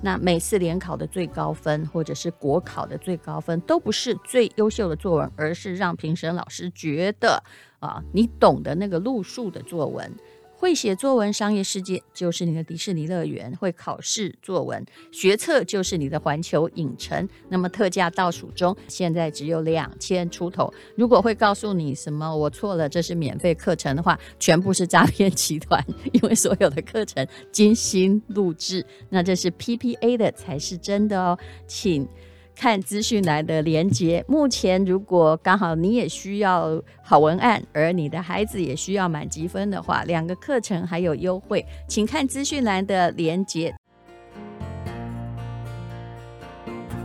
那每次联考的最高分，或者是国考的最高分，都不是最优秀的作文，而是让评审老师觉得啊，你懂得那个路数的作文。会写作文，商业世界就是你的迪士尼乐园；会考试作文，学测就是你的环球影城。那么特价倒数中，现在只有两千出头。如果会告诉你什么我错了，这是免费课程的话，全部是诈骗集团， 因为所有的课程精心录制，那这是 PPA 的才是真的哦，请。看资讯来的连接。目前，如果刚好你也需要好文案，而你的孩子也需要满积分的话，两个课程还有优惠，请看资讯栏的连接。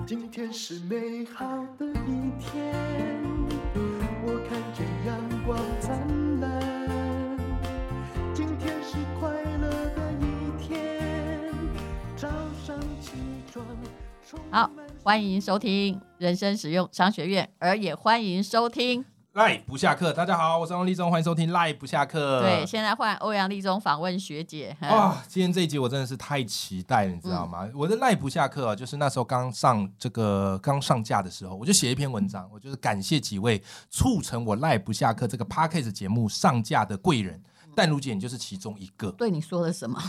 今天是美好的一天，我看见阳光灿烂。今天是快乐的一天，早上起床充好满欢迎收听人生实用商学院，而也欢迎收听。赖不下课，大家好，我是王立忠，欢迎收听赖不下课。对，现在换欧阳立中访问学姐。哇、今天这一集我真的是太期待了，你知道吗？嗯我的赖不下课啊，就是那时候刚上这个刚上架的时候，我就写一篇文章，我就是感谢几位促成我赖不下课这个 podcast 节目上架的贵人，嗯但如姐你就是其中一个。对你说了什么？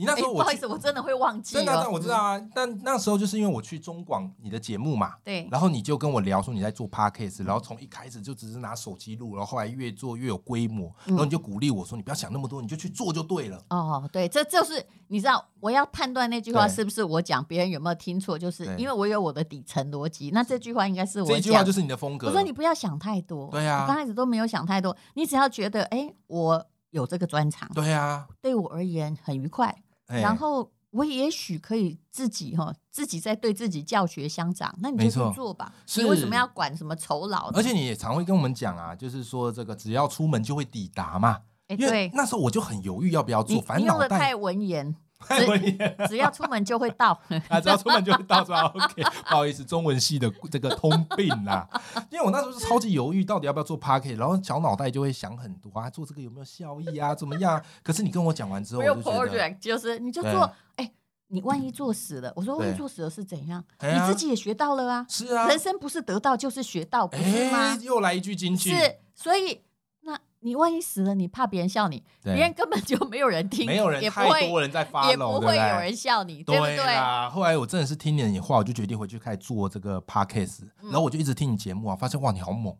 你那哎时候不我好去、意思，我真的会忘记真的啊、哦。但我知道啊，但那时候就是因为我去中广你的节目嘛，嗯对，嗯然后你就跟我聊说你在做 podcast，然后从一开始就只是拿手机录，然后后来越做越有规模，嗯然后你就鼓励我说你不要想那么多，你就去做就对了。哦，对，这就是你知道，我要判断那句话对是不是我讲，别人有没有听错，就是对因为我有我的底层逻辑。那这句话应该是我这一句话讲。就是你的风格。我说你不要想太多。对啊我刚开始都没有想太多，你只要觉得，哎，我有这个专长，对啊，对我而言很愉快，哎然后我也许可以自己哈，自己在对自己教学相长，那你就没去错做吧。是你为什么要管什么酬劳呢？而且你也常会跟我们讲啊，就是说这个只要出门就会抵达嘛。哎，因为对，那时候我就很犹豫要不要做，你反你正用脑的袋太文言，太文言了只要出门就会到。 啊，只要出门就会到是吧？OK，不好意思，中文系的这个通病啦。因为我那时候是超级犹豫，到底要不要做 p a r k e t 然后小脑袋就会想很多啊，做这个有没有效益啊，怎么样啊？可是你跟我讲完之后，不我用就觉得， project，就是你就对嗯做。哎，你万一做死了，我说万一对做死了是怎样？哎你呀自己也学到了啊。是啊，人生不是得到就是学到，不是吗？哎，又来一句金句，是，所以那你万一死了，你怕别人笑你，对别人根本就没有人听，没有人也不太会多人在发也楼，不对不会对啊有人笑你，对不对？啦，后来我真的是听了你的话，我就决定回去开始做这个 podcast，、然后我就一直听你节目啊，发现哇，你好猛，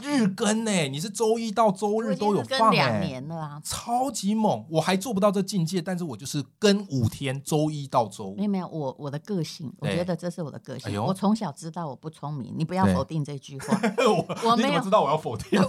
日更呢、你是周一到周我日已都有经放跟哎、两年了啊，超级猛！我还做不到这境界，但是我就是跟五天，周一到没周五有，没有，我我的个性，我对觉得这是我的个性。哎呦我从小知道我不聪明，你不要对否定这句话。 我我你没怎么有知道我要否定？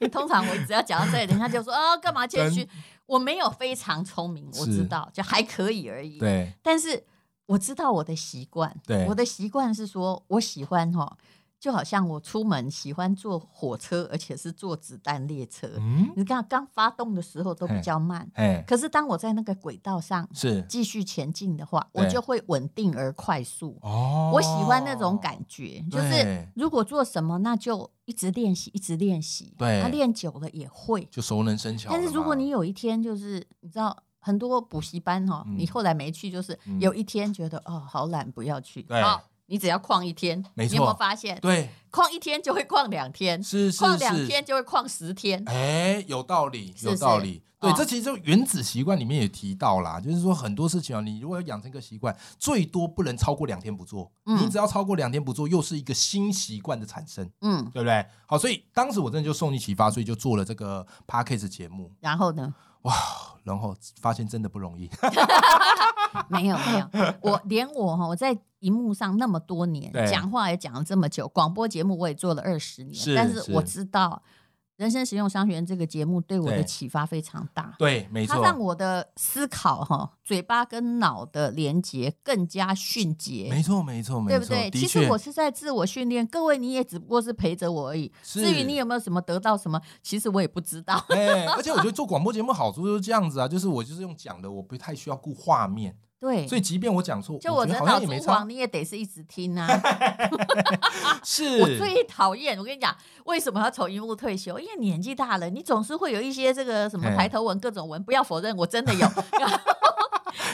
因为通常我只要讲到这里，人家就说哦，干嘛谦虚真？我没有非常聪明，我知是道，就还可以而已。对但是我知道我的习惯，对我的习惯是说，我喜欢哈、就好像我出门喜欢坐火车，而且是坐子弹列车。嗯，你看刚发动的时候都比较慢，哎，可是当我在那个轨道上是继续前进的话，对我就会稳定而快速。哦，我喜欢那种感觉，就是对如果做什么，那就一直练习，一直练习。对他练久了也会。就熟能生巧了嘛。但是如果你有一天就是你知道很多补习班哈、哦，嗯你后来没去，就是嗯有一天觉得、哦好懒，不要去。对好，你只要旷一天，没错你有没有发现？对，旷一天就会旷两天，是是旷两天是，就会旷十天。哎，有道理，是有道理。对，哦这其实就原子习惯里面也提到啦，就是说很多事情啊，你如果要养成一个习惯，最多不能超过两天不做。嗯你只要超过两天不做，又是一个新习惯的产生，嗯，对不对？好，所以当时我真的就受你启发，所以就做了这个 p a c k a g e 节目，然后呢？然后发现真的不容易。 没有没有，我连我哈，我在荧幕上那么多年对，讲话也讲了这么久，广播节目我也做了二十年，是但是是我知道《人生实用商学院》这个节目对我的对启发非常大。对，没它错，让我的思考哈，嘴巴跟脑的连接更加迅捷，没错，没错，没对不错。对？的其实确我是在自我训练，各位你也只不过是陪着我而已。是至于你有没有什么得到什么，其实我也不知道。哎、而且我觉得做广播节目好处就是这样子啊，就是我就是用讲的，我不太需要顾画面，对，所以即便我讲错，就我我觉人得好老像也珠没黄，差。你也得是一直听啊。是，我最讨厌，我跟你讲，为什么要从荧幕退休？因为年纪大了，你总是会有一些这个什么嘿抬头纹各种纹，不要否认，我真的 有。然后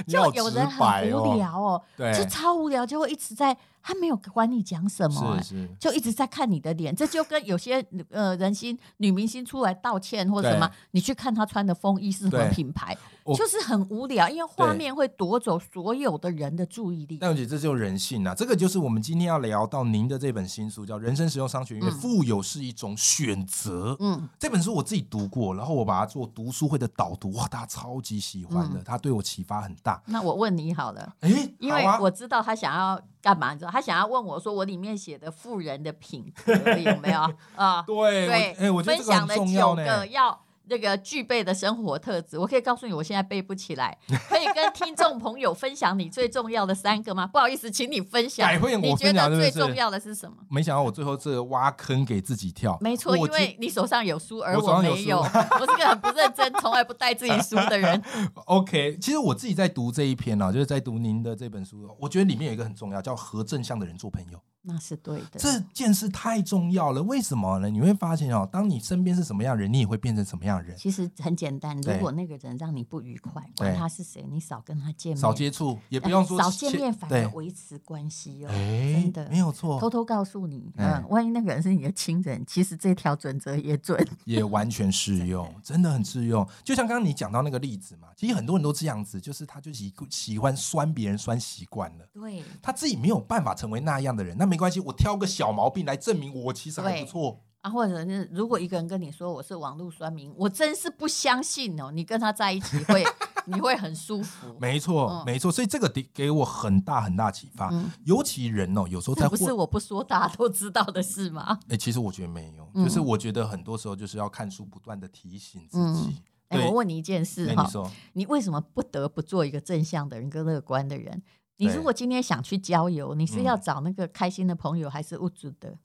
你好就有直人白很哦无聊哦，对，就超无聊，就会一直在，他没有管你讲什么、哎是是，就一直在看你的脸，这就跟有些呃人星女明星出来道歉或什么对，你去看她穿的风衣是什么对品牌我，就是很无聊，因为画对面会夺走所有的人的注意力。但我觉得这就是人性啊，这个就是我们今天要聊到您的这本新书，叫《人生实用商学院》，嗯富有是一种选择。嗯，这本书我自己读过，然后我把它做读书会的导读，哇，大家超级喜欢的，它对我启发很大。那我问你好了。哎，嗯因好为啊我知道他想要干嘛，你知道，他想要问我说我里面写的富人的品 格有没有啊？对，我对，哎，我觉得分这个享很了重九要呢。个要那个具备的生活特质，我可以告诉你，我现在背不起 来，可以跟听众朋友分享你最重要的三个吗？不好意思，请你分享改，变我你觉分享得最是不是重要的是什么？没想到我最后这个挖坑给自己跳，没错，因我为你手上有书，而我手上有没有。 我是个很不认真，从来不带自己书的人。 OK，其实我自己在读这一篇啊，就是在读您的这本书，我觉得里面有一个很重要，叫和正向的人做朋友。那是对的，这件事太重要了，为什么呢？你会发现哦，当你身边是什么样的人，你也会变成什么样的人。其实很简单，如对果那个人让你不愉快，管对他是谁，你少跟他见面，少接触，也也不用说少见面，反对而，维持关系哦，哎真，的没。有偷错，偷告诉你，哎嗯，万一那个人是你的亲人，其实这条准则也 准。也完全适用，真的很适用。就像刚刚你讲到那个例子嘛，其实很多人都这样子，就是他就喜喜欢酸别人，酸习惯了。对，他自己没有办法成为那样的人，那没关系，我挑个小毛病来证明我其实还不错。啊，或者是如果一个人跟你说我是网络酸民，我真是不相信哦，你跟他在一起会，你会很舒服。没错，嗯没错，所以这个给给我很大很大启发。嗯尤其人哦，有时候在这不是混，我不说大家都知道的事吗？哎、其实我觉得没有，嗯就是我觉得很多时候就是要看书，不断的提醒自己。哎，对，我问你一哦件事哎哈你，说，你为什么不得不做一个正向的人跟乐观的人？你对如果今天想去郊游，你是要嗯找那个开心的朋友，还是物质的？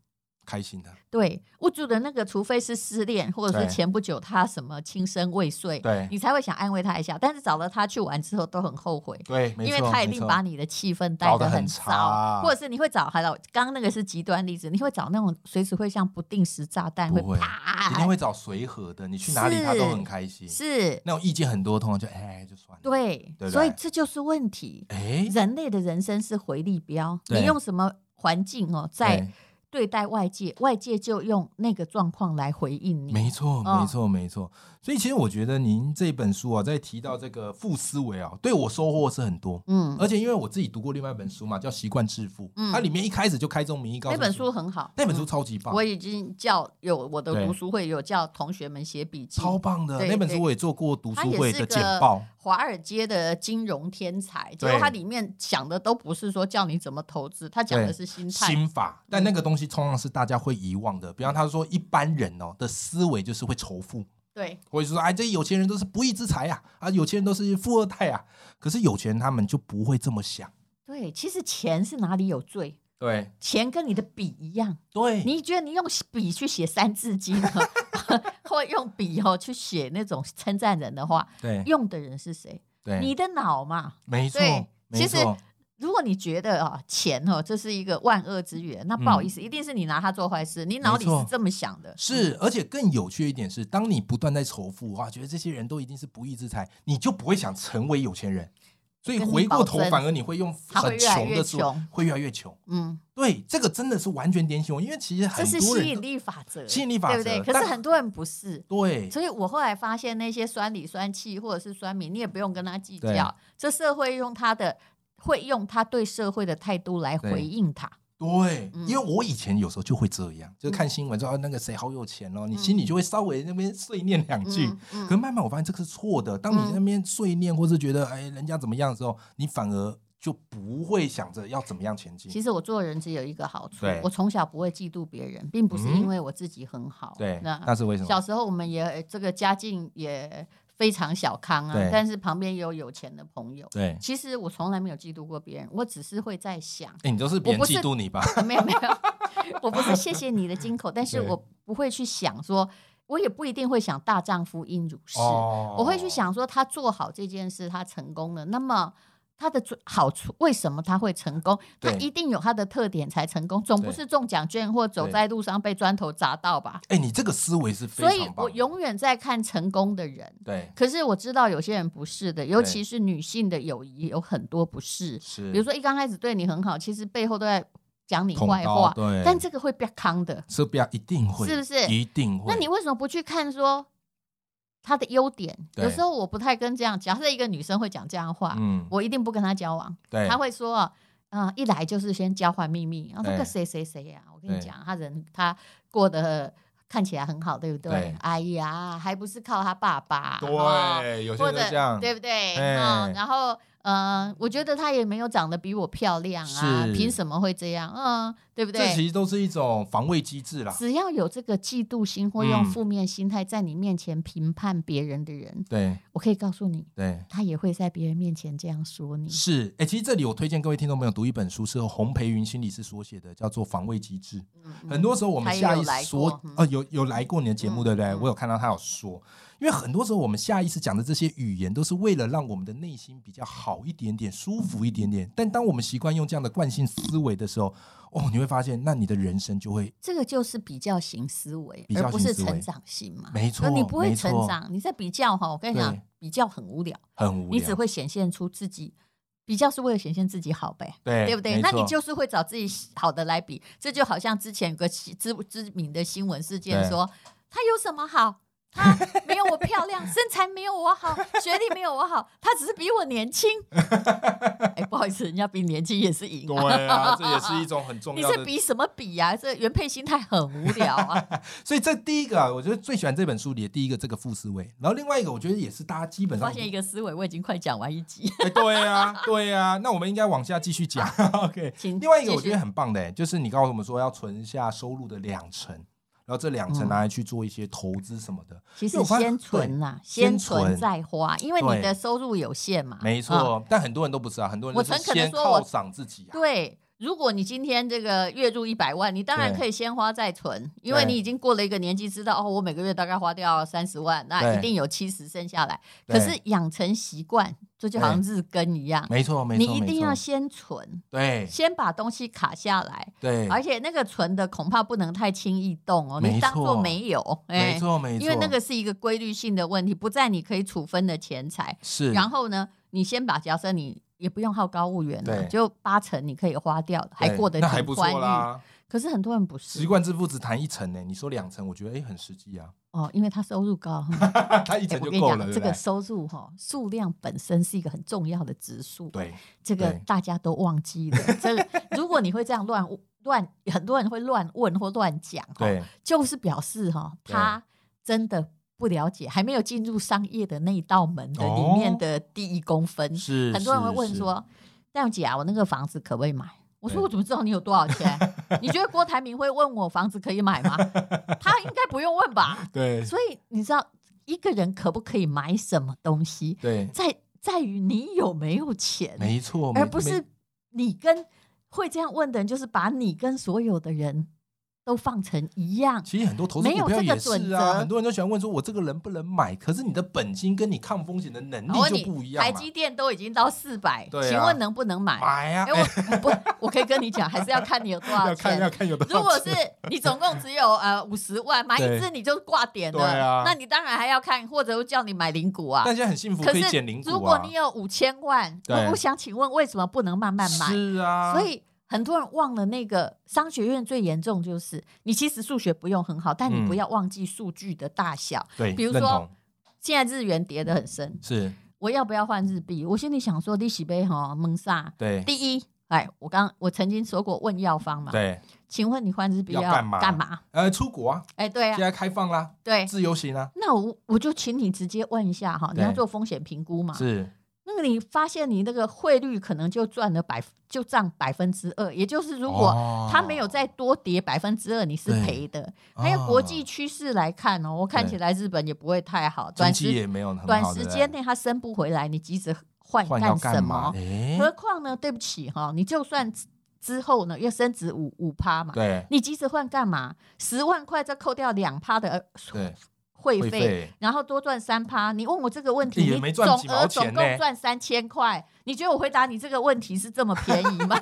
开心的，对，物质的那个，除非是失恋，或者对是前不久他什么轻生未遂，对你才会想安慰他一下。但是找了他去玩之后，都很后悔。对，没因错，为他一没定错把你的气氛搞带得得很很差糟，或者是你会找，还有刚刚那个是极端例子，你会找那种随时会像不定时炸弹不会，啪，一定会找随和的，你去哪里是他都很开心。是，那种意见很多，通常就哎就算了。，对对不，所以对这就是问题。哎，人类的人生是回力标，对你用什么环境哦，在对，对待外界，外界就用那个状况来回应你。没错，嗯没错，没错。所以其实我觉得您这本书啊，在提到这个负思维啊，对我收获是很多。嗯，而且因为我自己读过另外一本书嘛，叫《习惯致富》，嗯它里面一开始就开宗明义告诉那你本书很好，那本书嗯超级棒，我已经叫有我的对读书会有叫同学们写笔记，超棒的对那本书，对我也做过读他书也会是的个简报。华尔街的金融天才，结对果他里面想的都不是说叫你怎么投资，他讲的是心态。嗯心法，但那个东西通常是大家会遗忘的。比方他说，一般人哦的思维就是会仇富，对，或者是说，哎，这些有钱人都是不义之财啊，啊，有钱人都是富二代啊。可是有钱人他们就不会这么想。对，其实钱是哪里有罪？对钱跟你的笔一样，对，你觉得你用笔去写《三字经》哦， 或用笔哦去写那种称赞人的话，对用的人是谁？对，你的脑嘛。没错对，没其实错，如果你觉得啊钱哦这是一个万恶之源，那不好意思，一定是你拿它做坏事，你脑里嗯没错是这么想的。是，而且更有趣一点是，当你不断在仇富啊，觉得这些人都一定是不义之财，你就不会想成为有钱人，所以跟你回过保头，证反而你会用他会很越来穷越的思穷维，会越来越穷。嗯，对，这个真的是完全点醒我，因为其实这很是多吸人引都力法则，吸引力法则对不对？可但是很多人不是。对所以我后来发现，那些酸里酸气或者是酸民，你也不用跟他计对较。这社会用他的，会用他对社会的态度来对回应他。对，嗯因为我以前有时候就会这样，就是看新闻说、啊那个谁好有钱哦，你心里就会稍微那边碎念两句。嗯嗯可慢慢我发现这个是错的，当你在那边碎念或是觉得哎人家怎么样的时候，你反而就不会想着要怎么样前进。其实我做人只有一个好处对，我从小不会嫉妒别人，并不是嗯因为我自己很好。对，那那是为什么小？时候我们也呃这个家境也非常小康对啊，但是旁边也有有钱的朋友。对，哎、其实我从来没有嫉妒过别人，我只是会在想，你都是别人我不是嫉妒你吧？没有没 有，我不是谢谢你的金口，但是对我不会去想说，我也不一定会想大丈夫应如是，哦我会去，想说他做好这件事，他成功了，那么。他的最好处为什么他会成功？他对一定有他的特点才成功，总不对是中奖券或走对在路上被砖头砸到吧？哎、你这个思维是非所常以棒的。我永远在看成功的人，对可是我知道有些人不是的，尤对其是女性的友谊有很多不是，是，比如说一刚开始对你很好，其实背后都在讲你捅坏刀话，对但这个会被康的。这不要一定会，是不是一定会。那你为什么不去看说他的优点？对有时候我不太跟这样，假设一个女生会讲这样的话，嗯，哎我一定不跟她交往。对，她会说啊。嗯，一来就是先交换秘密，啊，那对个谁谁谁呀、我跟哎对你讲，他人他过得看起来很好，对不对？对哎呀，还不是靠他爸爸，哦对，有些或人者就这样，对不对？哎嗯，然后呃，我觉得她也没有长得比我漂亮啊是，凭什么会这样？嗯，对不这其对？实都是一种防卫机制啦。只要有这个嫉妒心或嗯用负面心态在你面前评判别人的人，对我可以告诉你，对。他也会在别人面前这样说你。是，哎、其实这里我推荐各位听众朋友读一本书，是由洪培云心理师所写的，叫做《防卫机制》。很多时候我们他也下嗯有意识来所过嗯呃有有来过你的节目，嗯对不对？嗯我有看到他有说，因为很多时候我们下意识讲的这些语言，都是为了让我们的内心比较好一点点、舒服一点点。但当我们习惯用这样的惯性思维的时候，哦，你会发现，那你的人生就会这个就是比较型思维比，较而不是型思维成长性嘛。没错那你不没会错成长，你在比较哈，我跟你讲对，比较很无聊，很无你只聊。会显现出自己。比较是为了显现自己好呗，对对不对没？那你错就是会找自己好的来比，这就好像之前有个知知名的新闻事件对说，她有什么好？她没有我漂亮， 身材没有我好，学历没有我好，她只是比我年轻。 哎，不好意思，人家比年轻也是赢、啊。对啊，这也是一种很 重你要的。这比什么比呀、这原配心态很无聊 啊！所以这第一个啊，我觉得最喜欢这本书里的第一个这个副思维，然后另外一个我觉得也是大家基本上发现一个思维，我已经快讲完一集。 哎，对呀、对呀、 那我们应该往下继续 讲。OK，请另外一个继我觉续得很棒的、就是你告诉我们说要存下收入的两成，啊然后这两成嗯拿来去做一些投资什么的。其因为实我发现先存啦，对先先存存再花，因为对你的收入有限嘛。没嗯错，但很多人都不是啊，很多人我就是曾可能先说犒我赏自己啊。对，如果你今天这个月入一百万，你当然对可以先花再存，因为对你已经过了一个年纪，知道哦，我每个月大概花掉三十万，那对一定有七十剩下来。对可是养成习惯，这就好像日更一样，没错，没你错，一没定错要先存，对先把东西卡下来，对，而且那个存的恐怕不能太轻易动哦，没你当做错没有，哎没错没错，因为那个是一个规律性的问题，不在你可以处分的钱财。是然后呢，你先把假设你也不用好高骛远了，对就八成你可以花掉，还对过得那还挺不宽错裕。啦。可是很多人不习是惯致富只谈一层呢、你说两层，我觉得哎、很实际啊， 哦，因为他收入高。哼他哎一 层我就跟你够了，讲，对这不个对？收入哈、数量本身是一个很重要的指数，对，这个对大家都忘记了。 这个如果你会这样乱乱，很多人会乱问或乱讲，哈对，就是表示哈、对他真的不了解，还没有进入商业的那一道门的哦里面的第一公分。是。很多人会是问是说：“戴勇姐啊，我那个房子可不可以买？”我说：“对？我怎么知道你有多少钱？ 你觉得郭台铭会问我房子可以买吗？他应该不用问吧 对所以你知道一个人可不可以买什么东西，对，在在于你有没有钱，没错，没而不没是你跟会这样问的人，就是把你跟所有的人都放成一样。其实很多投资没有股票这个也准是则啊，很多人都喜欢问说，我这个人不能买，可是你的本金跟你抗风险的能我问力你就不一，样台嘛，积电都已经到四百、对啊请问能不能买？买呀、哎、我不，我可以跟你讲，还是要看你有多少 要看要钱。看有多少 如果是钱你总共只有呃五十万，买一对只你就挂点了，对啊那你当然还要看，或者又叫你买零股啊。但现在很幸福，可以是减零股啊。如果你有五千万，对我我想请问为什么不能慢慢买？是啊，所以很多人忘了那个商学院最严重就是，你其实数学不用很好，但你嗯不要忘记数据的大小。对，比如认说同现在日元跌得很深，是我要不要换日币？我心里想说利息杯哈蒙萨，对第一，哎，我刚我曾经说过问药方嘛，对，请问你换日币要干嘛干嘛？呃，出国啊，哎，对现啊，在开放啦，对。自由行啊，那我我就请你直接问一下哈，你对要做风险评估嘛？是那个你发现你那个汇率可能就赚了百就涨百分之二，也就是如果哦它没有再多跌百分之二，你是对哦赔的。还有国际趋势来看哦，我看起对来日本也不会太好，短短期时也没有很好短对时不对间内它升不回来，你急着换换要什干嘛么？？诶何况呢？对不起哈、你就算之之后呢，又升值五五趴嘛，对你急着换干嘛？十万块再扣掉两趴的呃对，会会费。费然后多赚三趴，你问我这个问题，也你没总赚几毛额总钱共呢赚三千块，你觉得我回答你这个问题是这么便宜 吗？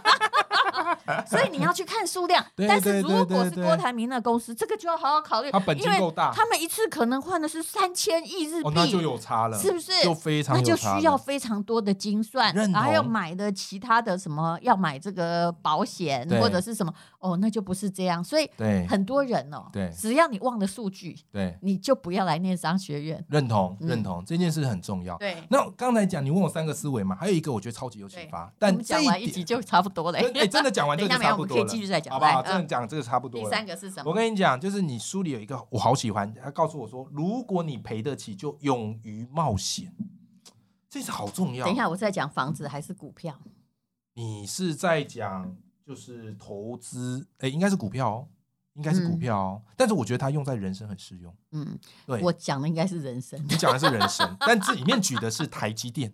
所以你要去看数量。对但是对如对果对是对郭台铭的公司，这个就要好好考虑，它本金因为够大他们一次可能换的是三千亿日币，哦，那就有差了，是不是就非常那有就差需要了非常多的精算，认然后还要同买的其他的什么，要买这个保险对或者是什么，哦，那就不是这样。所以对很多人哦，对只要你忘了数据，对你就不要来念商学院。认同嗯认同这件事很重要。对，那刚才讲你问我三个思维嘛，还有一个我觉得超级有启对发，我但们讲这完一点集就差不多了。真哎真的 讲完等这一下个没有，差我不们多可以了，继续再讲，好不好？来真的嗯讲这个差不多第了。三个是什我么？跟你讲，就是你书里有一个我好喜欢，他告诉我说，如果你赔得起，就勇于冒险，这是好重要。等一下，我再讲房子还是股票？你是在讲就是投资，哎，应该是股票哦，应该是股票哦。但是我觉得它用在人生很适用。嗯，对，我讲的应该是人生。你讲的是人生，但这里面举的是台 积电，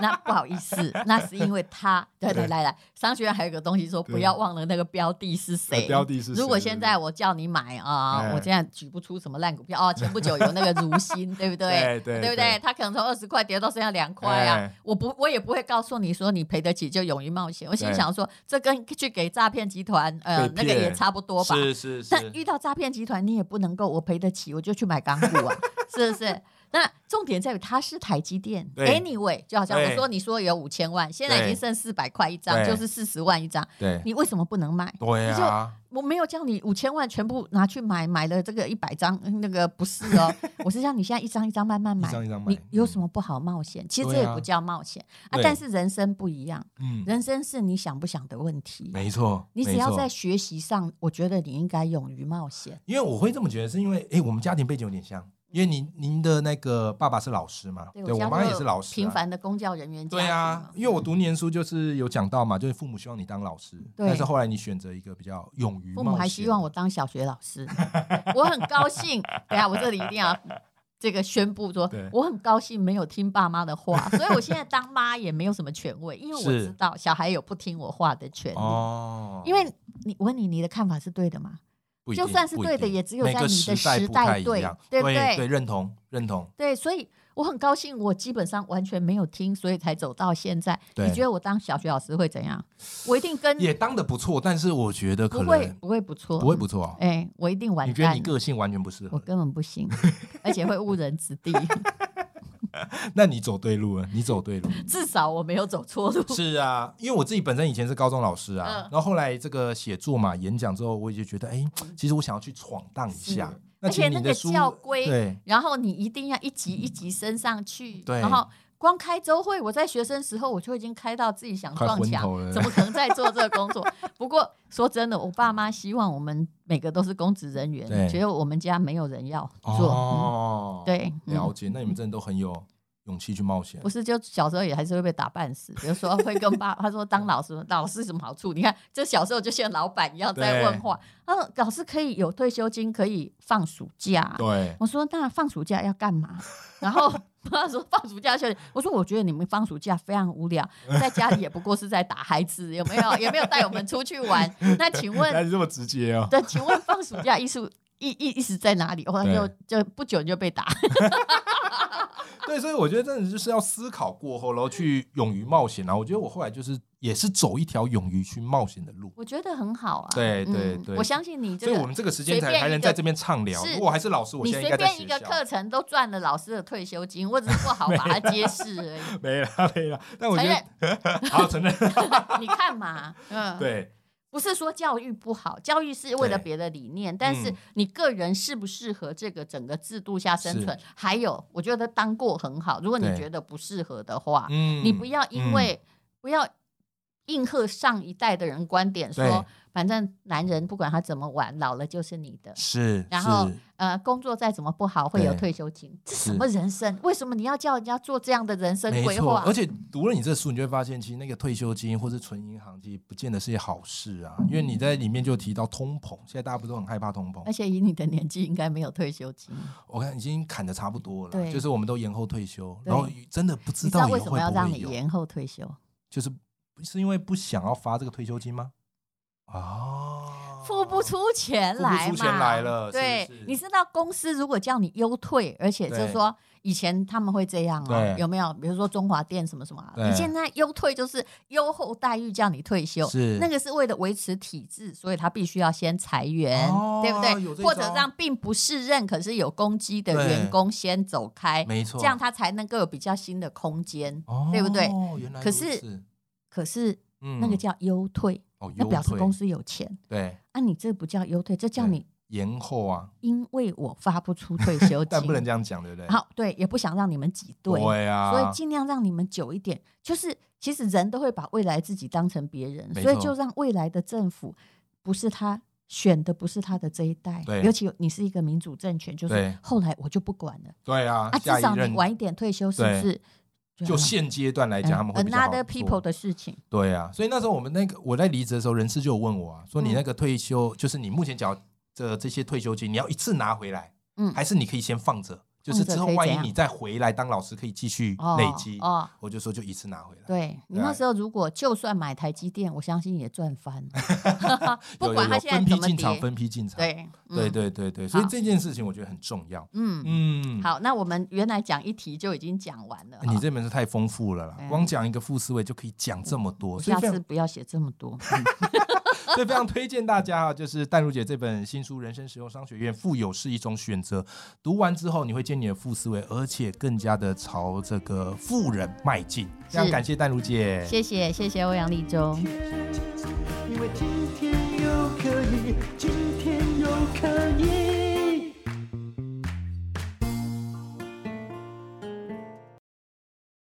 那不好意思，那是因为他对对对来来，商学院还有个东西说，对不要忘了那个标的是谁。呃标的是谁如果现在我叫你买啊，哎我现在举不出什么烂股票哦。前不久有那个如新，对不 对？对对不对对？他可能从二十块跌到剩下两块啊哎，我不我也不会告诉你说你赔得起就勇于冒险。我心对想说，这跟去给诈骗集团呃被那骗个也差不多吧。是是但是，遇到诈骗集团，你也不能够我赔得起，我就去买港股 啊，是不是？那重点在于它是台积电对，anyway，就好像我对说你说有五千万，现在已经剩四百块一张，对就是四十万一张，对你为什么不能卖？对啊，我没有叫你五千万全部拿去买，买了这个一百张，嗯那个不是 哦，我是叫你现在一张一张慢慢买一，张一张买你有什么不好冒险？其实这对也啊不叫冒险啊，对但是人生不一样，嗯，人生是你想不想的问题。没错，你只没要错在学习上，我觉得你应该勇于冒险。因为我会这么觉得，是因为诶，我们家庭背景有点像，因为您您的那个爸爸是老师嘛，对加我入妈也是老师、啊，平凡的公教人员家对啊，庭嘛因为我读念书就是有讲到嘛，就是父母希望你当老师，对但是后来你选择一个比较勇于父冒险，母还希望我当小学老师，我很高兴。等一下我这里一定要这个宣布说对，我很高兴没有听爸妈的话，所以我现在当妈也没有什么权威，因为我是知道小孩有不听我话的权利。哦，因为你我问你，你的看法是对的吗？不一就定算是不一对的定也只有每在个你的时代不代太一对样对对不对认同认同，对，所以我很高兴，我基本上完全没有听，所以才走到现在。对你觉得我当小学老师会怎样？我一定跟也当的不错，但是我觉得不可会能不会不错，不会不错哦。哎、我一定完你蛋。觉得你个性完全不适我合，根本不行，而且会误人子弟。 那你走对路了，你走 对路。至少我没有走错路。是啊，因为我自己本身以前是高中老师啊，嗯然后后来这个写作嘛、演讲之后，我也就觉得，哎，其实我想要去闯荡一下是。 那其实而且那你个的书教规对然后你一定要一级一级升上去，对然后。光开周会，我在学生时候我就已经开到自己想快撞昏墙头，了怎么可能在做这个 工作？不过说真的，我爸妈希望我们每个都是公职人员，对觉得我们家没有人要做。嗯哦，对嗯了解。那你们真的都很有勇气去冒险不。是，就小时候也还是会被打半死。比如说会跟爸，他说当老师，老师有什么好处？你看，这小时候就像老板一样在问话。他说老师可以有退休金，可以放暑假。对，我说那放暑假要干嘛？ 然后他说放暑假休息。我说我觉得你们放暑假非常无聊，在家里也不过是在打孩子，有没有？也没有带我们出去玩。那请问，是这么直接哦。对，请问放暑假艺术意意意思在哪里？后来就就不久就被打。对，所以我觉得真的就是要思考过后，然后去勇于冒险。然啊后我觉得我后来就是也是走一条勇于去冒险的路。我觉得很好啊。对对对我相信你这所个。以我们这个时间随才便还一能个在这边畅聊。是如果还是老师，我你现在应随该在便一学个校。课程都赚了老师的退休金，我只是不 好把它揭示而已。没了没了，但我觉承得 好承认你看嘛，嗯，，对不是说教育不好，教育是为了对别的理念，但是嗯你个人适不适合这个整个制度下生是存，还有我觉得当过很好，如果你对觉得不适合的话，嗯你不要因嗯为、不要应和上一代的人观点对说，反正男人不管他怎么玩，老了就是你的。是，然后是呃，工作再怎么不好，会有对退休金。这是什么人生？为什么你要叫人家做这样的人生嗯没规错，划？而且读了你这书，你就会发现，其实那个退休金或是存银行，其实不见得是一件好事啊。因为嗯你在里面就提到通膨，现在大家不是都很害怕通膨而？且以你的年纪，应该没有退休金。我看已经砍的差不多了，对就是我们都延后退休，对然后真的不知你知道道以为后什会么要不让会你有，延后退休？就是是因为不想要发这个退休金吗？啊，付不出钱付不来嘛，出钱来了是对是，你知道公司如果叫你优退，而且就是对说以前他们会这样哦对，有没有？比如说中华电什么什么啊，对你现在优退就是优厚待遇叫你退休，是那个是为了维持体制，所以他必须要先裁员，哦对不有这对？一招或者让并不是认可是有攻击的员工先走开，没错，这样他才能够有比较新的空间。哦，对不对？原来可如是此可是嗯那个叫优退，哦，那优表示退公司有钱对啊，你这不叫优退，这叫对你延后啊，因为我发不出退休金， 但不能这样讲，对不对？好对，也不想让你们挤兑，啊，所以尽量让你们久一点。就是其实人都会把未来自己当成别人，没所以错就让未来的政府不是他。选的不是他的这一代对，尤其你是一个民主政权，就是对后来我就不管了对啊，啊，至下一少任你晚一点退休，是对不是？就现阶段来讲，他们会比较好啊嗯 another 做 people 的事情，对啊，所以那时候我们那个我在离职的时候，人事就有问我啊，说嗯你那个退休，就是你目前缴的这些退休金，你要一次拿回来，嗯，还是你可以先放着，就是之后放着可以万怎一样你再回来当老师，可以继续哦累积。哦，我就说就一次拿回来，对你对那时候如果就算买台积电，我相信也赚翻了，有 不管有它有现在怎分批么进场，跌，分批进场，对嗯对，对对对，所以好这件事情我觉得很重要。嗯嗯，嗯，好，那我们原来讲一题就已经讲完了欸，，你这本书太丰富了啦，嗯光讲一个副思维就可以讲这么多，我所以下非常次不要写这么多。所以非常推荐大家啊，就是淡如姐这本新书《人生实用商学院》，富有是一种选择。读完之后，你会见你的富思维，而且更加的朝这个富人迈进。非常是感谢淡如姐，谢谢谢谢欧阳立中。因为今天又可以，今天又可以。